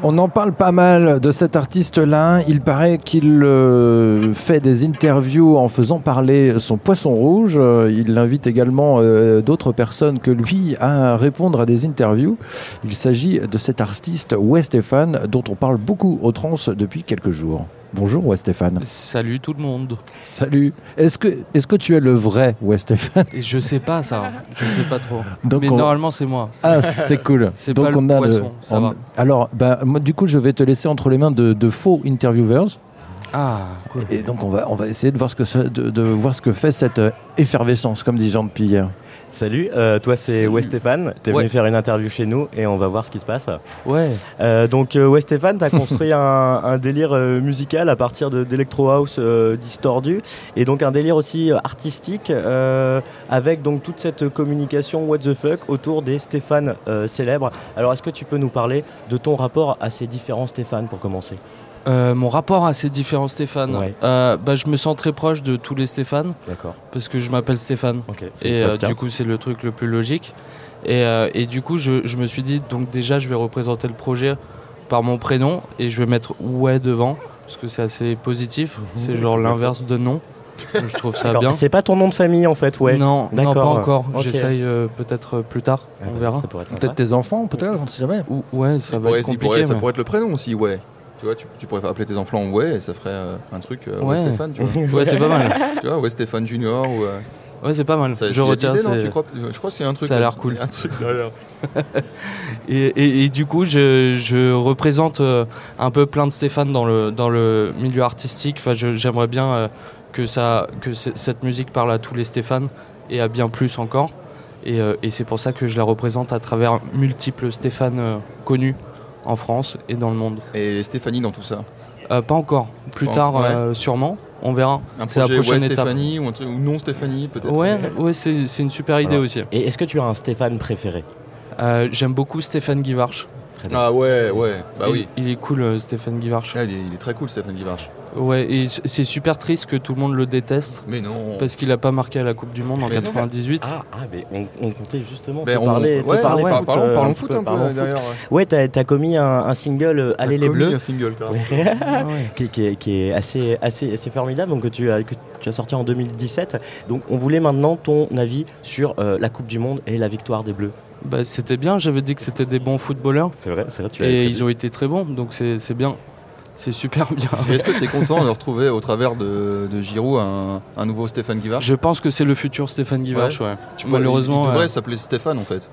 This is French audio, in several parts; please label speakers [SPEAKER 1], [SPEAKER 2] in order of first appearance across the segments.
[SPEAKER 1] On en parle pas mal de cet artiste-là. Il paraît qu'il euh, fait des interviews en faisant parler son poisson rouge. Euh, il invite également euh, d'autres personnes que lui à répondre à des interviews. Il s'agit de cet artiste Westéphane dont on parle beaucoup aux trans depuis quelques jours. Bonjour Westéphane.
[SPEAKER 2] Salut tout le monde.
[SPEAKER 1] Salut. Est-ce que, est que tu es le vrai Westéphane
[SPEAKER 2] Et je sais pas ça, je sais pas trop.
[SPEAKER 1] Donc
[SPEAKER 2] Mais
[SPEAKER 1] on-
[SPEAKER 2] normalement c'est moi.
[SPEAKER 1] Ah, c'est cool.
[SPEAKER 2] C'est pas le poisson, ça va.
[SPEAKER 1] Alors, bah, moi, du coup, je vais te laisser entre les mains de, de faux interviewers.
[SPEAKER 2] Ah, cool.
[SPEAKER 1] Et donc on va, on va essayer de voir ce que, ça- de, de voir ce que fait cette euh, effervescence, comme dit Jean de Pierre.
[SPEAKER 3] Salut, euh, toi c'est
[SPEAKER 2] Salut.
[SPEAKER 3] Westéphane, t'es
[SPEAKER 2] Ouais.
[SPEAKER 3] venu faire une interview chez nous et on va voir ce qui se passe.
[SPEAKER 2] Ouais.
[SPEAKER 3] Euh, donc euh, Westéphane, t'as construit un, un délire euh, musical à partir de- d'Electro House euh, distordu et donc un délire aussi euh, artistique euh, avec donc toute cette communication what the fuck autour des Stéphane euh, célèbres. Alors est-ce que tu peux nous parler de ton rapport à ces différents Stéphane pour commencer
[SPEAKER 2] Euh, mon rapport à ces différents Stéphane.
[SPEAKER 3] Ouais.
[SPEAKER 2] Euh, bah, je me sens très proche de tous les Stéphane
[SPEAKER 3] D'accord,
[SPEAKER 2] parce que je m'appelle Stéphane.
[SPEAKER 3] ok.
[SPEAKER 2] Et euh, du coup c'est le truc le plus logique. Et, euh, et du coup je, je me suis dit donc déjà je vais représenter le projet par mon prénom et je vais mettre ouais devant parce que c'est assez positif. C'est genre l'inverse de non. Donc, je trouve ça bien.
[SPEAKER 3] C'est pas ton nom de famille en fait, ouais.
[SPEAKER 2] non, non,
[SPEAKER 3] d'accord.
[SPEAKER 2] pas encore.
[SPEAKER 3] Ok.
[SPEAKER 2] J'essaye euh, peut-être euh, plus tard.
[SPEAKER 3] Ah
[SPEAKER 2] on
[SPEAKER 3] bah,
[SPEAKER 2] verra.
[SPEAKER 3] ça pourrait être sympa.
[SPEAKER 1] Peut-être tes enfants, peut-être, on ne sait jamais.
[SPEAKER 2] Ou- ouais, ça
[SPEAKER 4] Il
[SPEAKER 2] va
[SPEAKER 4] pourrait-
[SPEAKER 2] être
[SPEAKER 4] il
[SPEAKER 2] compliqué.
[SPEAKER 4] pourrait- Ça
[SPEAKER 2] mais-
[SPEAKER 4] pourrait être le prénom aussi, ouais. Tu vois, tu, tu pourrais appeler tes enfants ouais, et ça ferait euh, un truc euh,
[SPEAKER 2] Ouais.
[SPEAKER 4] ouais. Stéphane, tu vois.
[SPEAKER 2] Ouais, c'est pas mal.
[SPEAKER 4] tu vois, ouais Stéphane Junior ou. euh,
[SPEAKER 2] Ouais, c'est pas mal.
[SPEAKER 4] ça-
[SPEAKER 2] je
[SPEAKER 4] c'est
[SPEAKER 2] retiens.
[SPEAKER 4] l'idée, non,
[SPEAKER 2] c'est-
[SPEAKER 4] tu crois je crois que c'est un truc.
[SPEAKER 2] Ça a l'air cool.
[SPEAKER 4] il y a Un truc derrière.
[SPEAKER 2] et, et- et du coup, je, je représente euh, un peu plein de Stéphane dans le, dans le milieu artistique. Enfin, je- j'aimerais bien euh, que, ça, que c- cette musique parle à tous les Stéphane et à bien plus encore. Et, euh, et c'est pour ça que je la représente à travers multiples Stéphane euh, connus en France et dans le monde.
[SPEAKER 4] Et Stéphanie dans tout ça.
[SPEAKER 2] Euh, pas encore. Plus
[SPEAKER 4] Bon,
[SPEAKER 2] tard,
[SPEAKER 4] ouais.
[SPEAKER 2] euh, sûrement. On verra.
[SPEAKER 4] Un
[SPEAKER 2] C'est la
[SPEAKER 4] projet ouais
[SPEAKER 2] prochaine étape.
[SPEAKER 4] Stéphanie ou, un truc, ou non Stéphanie peut-être.
[SPEAKER 2] Ouais, ouais c'est c'est une super idée
[SPEAKER 3] Voilà.
[SPEAKER 2] aussi.
[SPEAKER 3] Et est-ce que tu as un Stéphane préféré
[SPEAKER 2] Euh, J'aime beaucoup Stéphane Guivarch.
[SPEAKER 4] Ah ouais, ouais, bah
[SPEAKER 2] il,
[SPEAKER 4] oui.
[SPEAKER 2] il est cool, euh, Stéphane Guivarch.
[SPEAKER 4] Ah, il, est, il est très cool Stéphane Guivarch.
[SPEAKER 2] Ouais, et c- c'est super triste que tout le monde le déteste
[SPEAKER 4] Mais non.
[SPEAKER 2] parce qu'il a pas marqué à la Coupe du Monde en
[SPEAKER 4] Mais non.
[SPEAKER 2] 98.
[SPEAKER 3] Ah, ah, mais on, on comptait justement
[SPEAKER 4] Ben,
[SPEAKER 3] te parler, te
[SPEAKER 4] ouais,
[SPEAKER 3] parler
[SPEAKER 4] enfin,
[SPEAKER 3] foot,
[SPEAKER 4] parlons,
[SPEAKER 3] euh,
[SPEAKER 4] parlons
[SPEAKER 3] un
[SPEAKER 4] foot
[SPEAKER 3] petit
[SPEAKER 4] un peu,
[SPEAKER 3] parlons
[SPEAKER 4] euh,
[SPEAKER 3] foot.
[SPEAKER 4] derrière. ouais.
[SPEAKER 3] Ouais, t'as t'as commis un, un single euh, Allez
[SPEAKER 4] T'as
[SPEAKER 3] les
[SPEAKER 4] commis
[SPEAKER 3] Bleus
[SPEAKER 4] un single, carrément.
[SPEAKER 2] Ah ouais.
[SPEAKER 3] qui, qui est, qui est assez, assez, assez formidable, donc que tu, as, que tu as sorti en 2017. Donc on voulait maintenant ton avis sur euh, la Coupe du Monde et la victoire des Bleus.
[SPEAKER 2] Bah, c'était bien, j'avais dit que c'était des bons footballeurs
[SPEAKER 3] C'est vrai, c'est vrai, tu
[SPEAKER 2] et ils ont été très bons, donc c'est c'est bien. C'est super bien.
[SPEAKER 4] Et Est-ce que t'es content de retrouver au travers de, de Giroud un, un nouveau Stéphane Guivarch
[SPEAKER 2] Je pense que c'est le futur Stéphane Guivarch, ouais.
[SPEAKER 4] Il,
[SPEAKER 2] Malheureusement,
[SPEAKER 4] il devrait
[SPEAKER 2] euh,
[SPEAKER 4] s'appeler Stéphane en fait.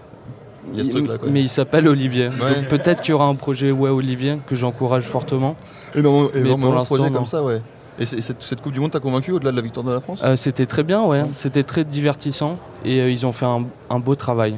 [SPEAKER 4] Il y a ce truc là quoi.
[SPEAKER 2] mais il s'appelle Olivier.
[SPEAKER 4] Ouais.
[SPEAKER 2] Donc peut-être qu'il y aura un projet Ouais Olivier que j'encourage fortement.
[SPEAKER 4] Énorme-
[SPEAKER 2] pour
[SPEAKER 4] énormément de
[SPEAKER 2] l'instant,
[SPEAKER 4] projets
[SPEAKER 2] non.
[SPEAKER 4] comme ça, ouais. Et c'est- cette, cette Coupe du Monde t'a convaincu au-delà de la victoire de la France
[SPEAKER 2] Euh, c'était très bien, ouais. C'était très divertissant et euh, ils ont fait un- un beau travail.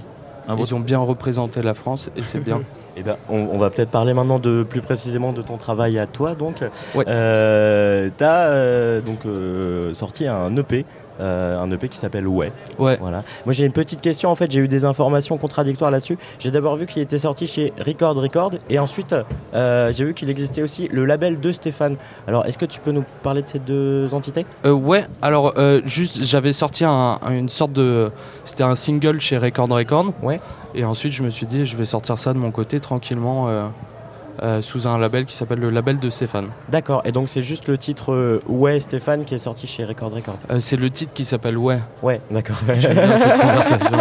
[SPEAKER 4] Un beau-
[SPEAKER 2] Ils ont bien représenté la France et c'est bien.
[SPEAKER 3] Eh ben, on, on va peut-être parler maintenant de plus précisément de ton travail à toi. Donc,
[SPEAKER 2] Ouais.
[SPEAKER 3] Euh, t'as euh, donc euh, sorti un EP, euh, un EP qui s'appelle Ouais.
[SPEAKER 2] Ouais.
[SPEAKER 3] Voilà. Moi j'ai une petite question en fait, j'ai eu des informations contradictoires là-dessus. J'ai d'abord vu qu'il était sorti chez Record Record et ensuite euh, j'ai vu qu'il existait aussi le label de Stéphane. Alors est-ce que tu peux nous parler de ces deux entités
[SPEAKER 2] Euh, ouais, alors euh, juste j'avais sorti un- un- une sorte de... C'était un single chez Record Record.
[SPEAKER 3] Ouais.
[SPEAKER 2] Et ensuite je me suis dit je vais sortir ça de mon côté tranquillement euh, euh, sous un label qui s'appelle le label de Stéphane.
[SPEAKER 3] D'accord, et donc c'est juste le titre euh, Ouais Stéphane qui est sorti chez Record Record.
[SPEAKER 2] Euh, c'est le titre qui s'appelle Ouais.
[SPEAKER 3] Ouais, d'accord.
[SPEAKER 2] J'aime bien cette conversation.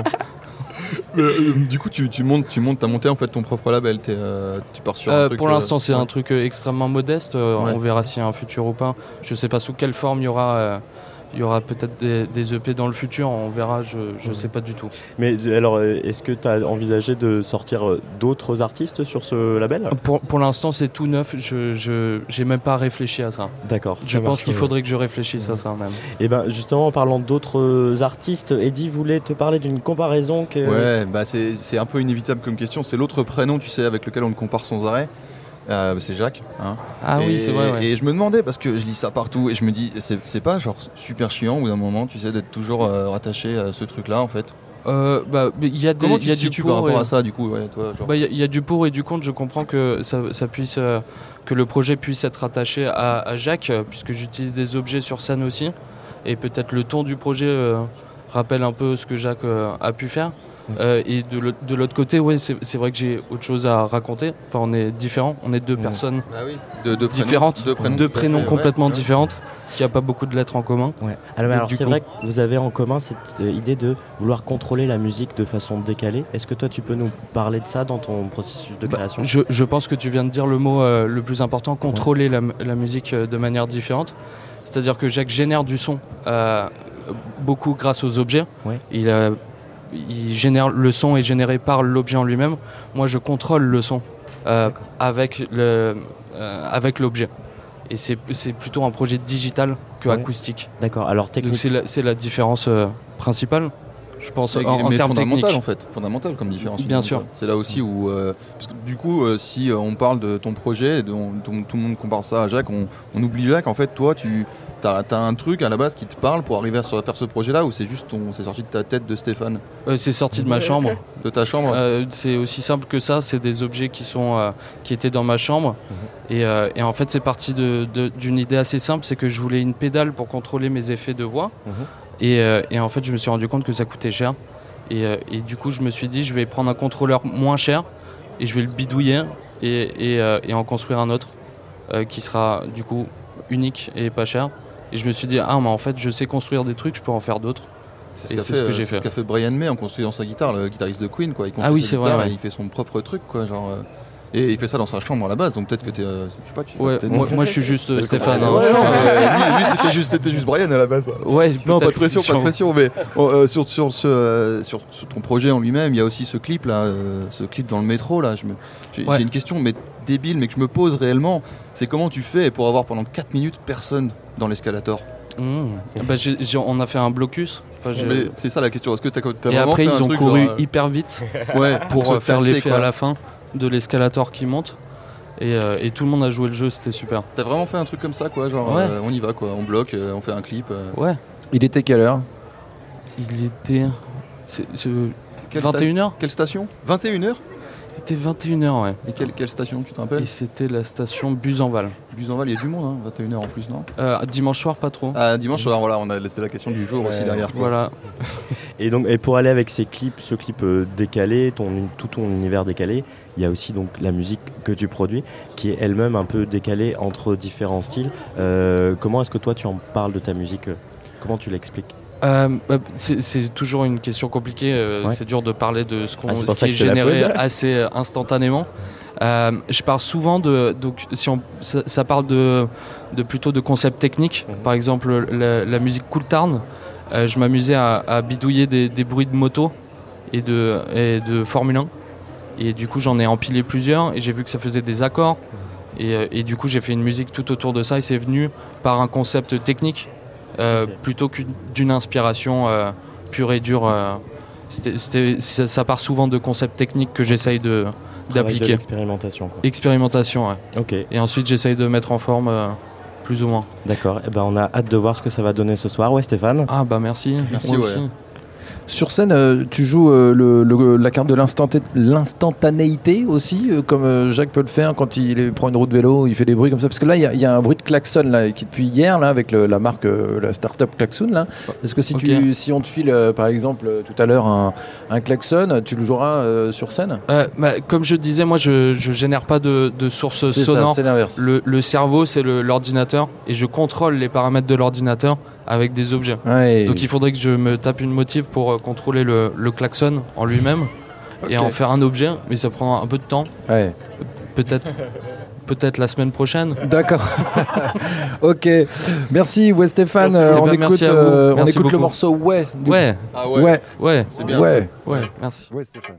[SPEAKER 4] Mais, euh, du coup, tu, tu montes, tu montes, t'as monté en fait ton propre label. t'es, euh, tu pars sur. un
[SPEAKER 2] Euh,
[SPEAKER 4] truc,
[SPEAKER 2] pour
[SPEAKER 4] euh,
[SPEAKER 2] l'instant c'est
[SPEAKER 4] ouais.
[SPEAKER 2] un truc euh, extrêmement modeste. Euh,
[SPEAKER 4] Ouais.
[SPEAKER 2] On verra s'il y a un futur ou pas. Je sais pas sous quelle forme il y aura... euh, il y aura peut-être des, des EP dans le futur, on verra, je, je sais pas du tout.
[SPEAKER 3] Mais euh, alors euh, est-ce que tu as envisagé de sortir euh, d'autres artistes sur ce label
[SPEAKER 2] Pour, pour l'instant, c'est tout neuf. Je je- j'ai même pas réfléchi à ça.
[SPEAKER 3] D'accord.
[SPEAKER 2] Je
[SPEAKER 3] ça
[SPEAKER 2] pense
[SPEAKER 3] marche,
[SPEAKER 2] qu'il
[SPEAKER 3] euh.
[SPEAKER 2] faudrait que je réfléchisse à ça même.
[SPEAKER 3] Et ben justement en parlant d'autres euh, artistes, Eddie voulait te parler d'une comparaison que...
[SPEAKER 2] euh,
[SPEAKER 4] Ouais, bah c'est c'est un peu inévitable comme question. C'est l'autre prénom, tu sais, avec lequel on le compare sans arrêt. Euh, c'est Jacques. hein.
[SPEAKER 2] Ah
[SPEAKER 4] et,
[SPEAKER 2] oui, c'est vrai.
[SPEAKER 4] Et je me demandais parce que je lis ça partout et je me dis, c'est c'est pas genre super chiant ou d'un moment, tu sais, d'être toujours euh, rattaché à ce truc-là en fait.
[SPEAKER 2] bah, mais il y a des,
[SPEAKER 4] Comment
[SPEAKER 2] il y
[SPEAKER 4] tu te
[SPEAKER 2] a du
[SPEAKER 4] situes par
[SPEAKER 2] pour.
[SPEAKER 4] rapport
[SPEAKER 2] et- euh,
[SPEAKER 4] à ça, du coup, ouais, toi, genre.
[SPEAKER 2] bah, il y a- il y a du pour et du contre. Je comprends que ça, ça puisse, euh, que le projet puisse être attaché à, à Jacques, euh, puisque j'utilise des objets sur scène aussi, et peut-être le ton du projet euh, rappelle un peu ce que Jacques euh, a pu faire.
[SPEAKER 4] Mm.
[SPEAKER 2] Euh, et de l'autre- de l'autre côté, ouais, c'est c'est vrai que j'ai autre chose à raconter. Enfin, on est différents, on est deux
[SPEAKER 1] Ouais.
[SPEAKER 2] personnes
[SPEAKER 4] Bah oui. De, de prénoms-
[SPEAKER 2] différentes,
[SPEAKER 4] de prénoms, tout à fait, ouais,
[SPEAKER 2] complètement
[SPEAKER 4] ouais.
[SPEAKER 2] différentes, qui a pas beaucoup de lettres en commun.
[SPEAKER 3] Ouais. Alors, mais
[SPEAKER 2] Donc,
[SPEAKER 3] alors,
[SPEAKER 2] du
[SPEAKER 3] c'est
[SPEAKER 2] coup-
[SPEAKER 3] vrai que vous avez en commun cette euh, idée de vouloir contrôler la musique de façon décalée. Est-ce que toi tu peux nous parler de ça dans ton processus de
[SPEAKER 2] Bah,
[SPEAKER 3] création
[SPEAKER 2] je, je pense que tu viens de dire le mot euh, le plus important, contrôler la, mu- la musique euh, de manière différente. C'est-à-dire que Jacques génère du son euh, beaucoup grâce aux objets.
[SPEAKER 3] Ouais.
[SPEAKER 2] Il, euh, il génère le son est généré par l'objet en lui-même. Moi, je contrôle le son euh, avec le euh, avec l'objet. Et c'est c'est plutôt un projet digital que
[SPEAKER 3] Ouais.
[SPEAKER 2] acoustique.
[SPEAKER 3] D'accord, alors
[SPEAKER 2] Donc
[SPEAKER 3] technique.
[SPEAKER 2] c'est la, c'est la différence euh, principale, je pense, en,
[SPEAKER 4] Mais-
[SPEAKER 2] en
[SPEAKER 4] mais
[SPEAKER 2] termes
[SPEAKER 4] fondamental
[SPEAKER 2] techniques.
[SPEAKER 4] en fait, fondamental comme différence.
[SPEAKER 2] Bien
[SPEAKER 4] fondamentale. C'est là aussi où, euh, parce que du coup, euh, si euh, on parle de ton projet, de- on- tout, tout le monde compare ça à Jacques, on, on oublie Jacques. En fait, toi, tu as, un truc à la base qui te parle pour arriver à se- faire ce projet-là, ou c'est juste ton, c'est sorti de ta tête de Stéphane,
[SPEAKER 2] Euh, c'est sorti de ma chambre.
[SPEAKER 4] de ta chambre.
[SPEAKER 2] Euh, c'est aussi simple que ça, c'est des objets qui, sont, euh, qui étaient dans ma chambre.
[SPEAKER 4] Mhm.
[SPEAKER 2] et, euh, et en fait, c'est parti de- de- d'une idée assez simple, c'est que je voulais une pédale pour contrôler mes effets de voix.
[SPEAKER 3] Mhm.
[SPEAKER 2] et, euh, et en fait, je me suis rendu compte que ça coûtait cher. Et, euh, et du coup, je me suis dit, je vais prendre un contrôleur moins cher et je vais le bidouiller et, et, euh, et en construire un autre euh, qui sera du coup unique et pas cher. Et je me suis dit, ah, mais en fait, je sais construire des trucs, je peux en faire d'autres.
[SPEAKER 4] c'est ce
[SPEAKER 2] et
[SPEAKER 4] qu'a
[SPEAKER 2] c'est
[SPEAKER 4] fait,
[SPEAKER 2] ce que
[SPEAKER 4] euh,
[SPEAKER 2] j'ai
[SPEAKER 4] c'est ce
[SPEAKER 2] fait.
[SPEAKER 4] qu'a fait Brian May en construisant sa guitare, le guitariste de Queen, quoi. Il construit
[SPEAKER 2] Ah oui,
[SPEAKER 4] sa
[SPEAKER 2] c'est vrai,
[SPEAKER 4] guitare
[SPEAKER 2] ouais.
[SPEAKER 4] Et il fait son propre truc, quoi, genre. euh, et il fait ça dans sa chambre à la base, donc peut-être que t'es, euh, je sais pas, tu.
[SPEAKER 2] Ouais,
[SPEAKER 4] peut-être-
[SPEAKER 2] moi, moi, je suis juste euh, Stéphane. hein,
[SPEAKER 4] Ouais,
[SPEAKER 2] je suis
[SPEAKER 4] non,
[SPEAKER 2] pas-
[SPEAKER 4] mais euh, lui, lui, c'était juste, c'était juste Brian à la base.
[SPEAKER 2] Ouais,
[SPEAKER 4] Non, pas de
[SPEAKER 2] peut-être,
[SPEAKER 4] pression, pas de
[SPEAKER 2] sûrement.
[SPEAKER 4] pression, mais oh, euh, sur, sur, ce, euh, sur, sur ton projet en lui-même, il y a aussi ce clip là, euh, ce clip dans le métro là. Je me- J'ai
[SPEAKER 2] Ouais.
[SPEAKER 4] j'ai une question, mais débile, mais que je me pose réellement, c'est comment tu fais pour avoir pendant 4 minutes personne dans l'escalator
[SPEAKER 2] Mmh. Bah, j'ai- j'ai- on a fait un blocus. Enfin, j'ai-
[SPEAKER 4] Mais C'est ça la question. Est-ce que t'as as
[SPEAKER 2] Euh, et
[SPEAKER 4] vraiment
[SPEAKER 2] après,
[SPEAKER 4] fait un
[SPEAKER 2] ils ont
[SPEAKER 4] truc
[SPEAKER 2] couru
[SPEAKER 4] genre, euh,
[SPEAKER 2] hyper vite
[SPEAKER 4] ouais,
[SPEAKER 2] pour
[SPEAKER 4] se
[SPEAKER 2] euh, faire
[SPEAKER 4] tasser,
[SPEAKER 2] l'effet
[SPEAKER 4] quoi.
[SPEAKER 2] à la fin de l'escalator qui monte. Et, euh, et tout le monde a joué le jeu, c'était super.
[SPEAKER 4] T'as vraiment fait un truc comme ça, quoi Genre,
[SPEAKER 2] Ouais.
[SPEAKER 4] euh, on y va, quoi. On bloque, euh, on fait un clip. euh.
[SPEAKER 2] Ouais,
[SPEAKER 1] Il était quelle heure
[SPEAKER 2] il était. c'est- c'est-
[SPEAKER 4] Quelle, sta-
[SPEAKER 2] 21h
[SPEAKER 4] quelle station 21h
[SPEAKER 2] Il était 21h, ouais.
[SPEAKER 4] Et quelle, quelle station, tu te rappelles
[SPEAKER 2] Et c'était la station Buzenval.
[SPEAKER 4] Buzenval, il y a du monde, hein, 21h en plus, non
[SPEAKER 2] Euh, dimanche soir, pas trop.
[SPEAKER 4] Ah, dimanche, alors voilà, on a c'était la question du jour aussi
[SPEAKER 3] Ouais.
[SPEAKER 4] derrière. quoi.
[SPEAKER 2] Voilà.
[SPEAKER 3] Et donc, et pour aller avec ces clips, ce clip euh, décalé, ton, tout ton univers décalé, il y a aussi donc la musique que tu produis, qui est elle-même un peu décalée entre différents styles. Euh, comment est-ce que toi tu en parles de ta musique euh, Comment tu l'expliques
[SPEAKER 2] Euh, bah, c'est- c'est toujours une question compliquée. euh,
[SPEAKER 3] Ouais.
[SPEAKER 2] C'est dur de parler de ce, qu'on
[SPEAKER 3] Ah, c'est
[SPEAKER 2] ce
[SPEAKER 3] pour ça
[SPEAKER 2] qui est
[SPEAKER 3] que je te la
[SPEAKER 2] généré
[SPEAKER 3] pose.
[SPEAKER 2] assez euh, instantanément. Euh, je parle souvent de donc si on ça, ça parle de, de plutôt de concepts techniques.
[SPEAKER 3] Mhm.
[SPEAKER 2] Par exemple, la, la musique Cool Tarn. euh, je m'amusais à, à bidouiller des, des bruits de moto et de et de Formule 1. Et du coup, j'en ai empilé plusieurs et j'ai vu que ça faisait des accords. Et, euh, et du coup, j'ai fait une musique tout autour de ça et c'est venu par un concept technique euh,
[SPEAKER 3] Ok.
[SPEAKER 2] plutôt qu'une d'une inspiration euh, pure et dure. euh. C'était- c'était- ça, ça part souvent de concepts techniques que j'essaye de
[SPEAKER 3] Travail de
[SPEAKER 2] d'appliquer.
[SPEAKER 3] L'expérimentation. quoi.
[SPEAKER 2] Expérimentation, ouais.
[SPEAKER 3] Ok,
[SPEAKER 2] Et ensuite, j'essaye de mettre en forme euh, plus ou moins.
[SPEAKER 3] d'accord. Eh ben, on a hâte de voir ce que ça va donner ce soir. Ouais, Stéphane
[SPEAKER 2] Ah bah merci.
[SPEAKER 4] Merci,
[SPEAKER 2] Moi
[SPEAKER 4] ouais.
[SPEAKER 2] aussi.
[SPEAKER 1] Sur scène, euh, tu joues euh, le- le- la carte de l'instanté- l'instantanéité aussi, euh, comme euh, Jacques peut le faire quand il est- prend une roue de vélo, il fait des bruits comme ça. Parce que là, il y a- il y, a un bruit de klaxon là, qui depuis hier, là, avec le- la marque, euh, la start-up Klaxon. Là. Est-ce que si, tu, si on te file, euh, par exemple, euh, tout à l'heure un, un klaxon, tu le joueras euh, sur scène
[SPEAKER 2] Euh, bah, comme je disais, moi, je, je génère pas de, de source
[SPEAKER 1] C'est ça,
[SPEAKER 2] sonore.
[SPEAKER 1] C'est l'inverse.
[SPEAKER 2] Le, le cerveau, c'est le- l'ordinateur et je contrôle les paramètres de l'ordinateur avec des objets.
[SPEAKER 1] Ouais.
[SPEAKER 2] Donc il faudrait que je me tape une motive pour euh, contrôler le, le klaxon en lui-même et
[SPEAKER 4] Ok.
[SPEAKER 2] en faire un objet, mais ça prend un peu de temps.
[SPEAKER 1] Ouais.
[SPEAKER 2] Peut-être peut-être la semaine prochaine.
[SPEAKER 1] D'accord. ok. Merci, ouais, Stéphane.
[SPEAKER 4] Merci.
[SPEAKER 1] Euh,
[SPEAKER 2] Eh
[SPEAKER 1] on,
[SPEAKER 2] ben,
[SPEAKER 1] écoute,
[SPEAKER 2] merci à vous.
[SPEAKER 1] euh, on
[SPEAKER 2] Merci
[SPEAKER 1] écoute le
[SPEAKER 2] beaucoup.
[SPEAKER 1] morceau Ouais. du-
[SPEAKER 2] Ouais,
[SPEAKER 4] Ah
[SPEAKER 1] Ouais.
[SPEAKER 2] ouais,
[SPEAKER 4] C'est bien.
[SPEAKER 1] Ouais.
[SPEAKER 2] ouais, merci.
[SPEAKER 1] Ouais, Stéphane.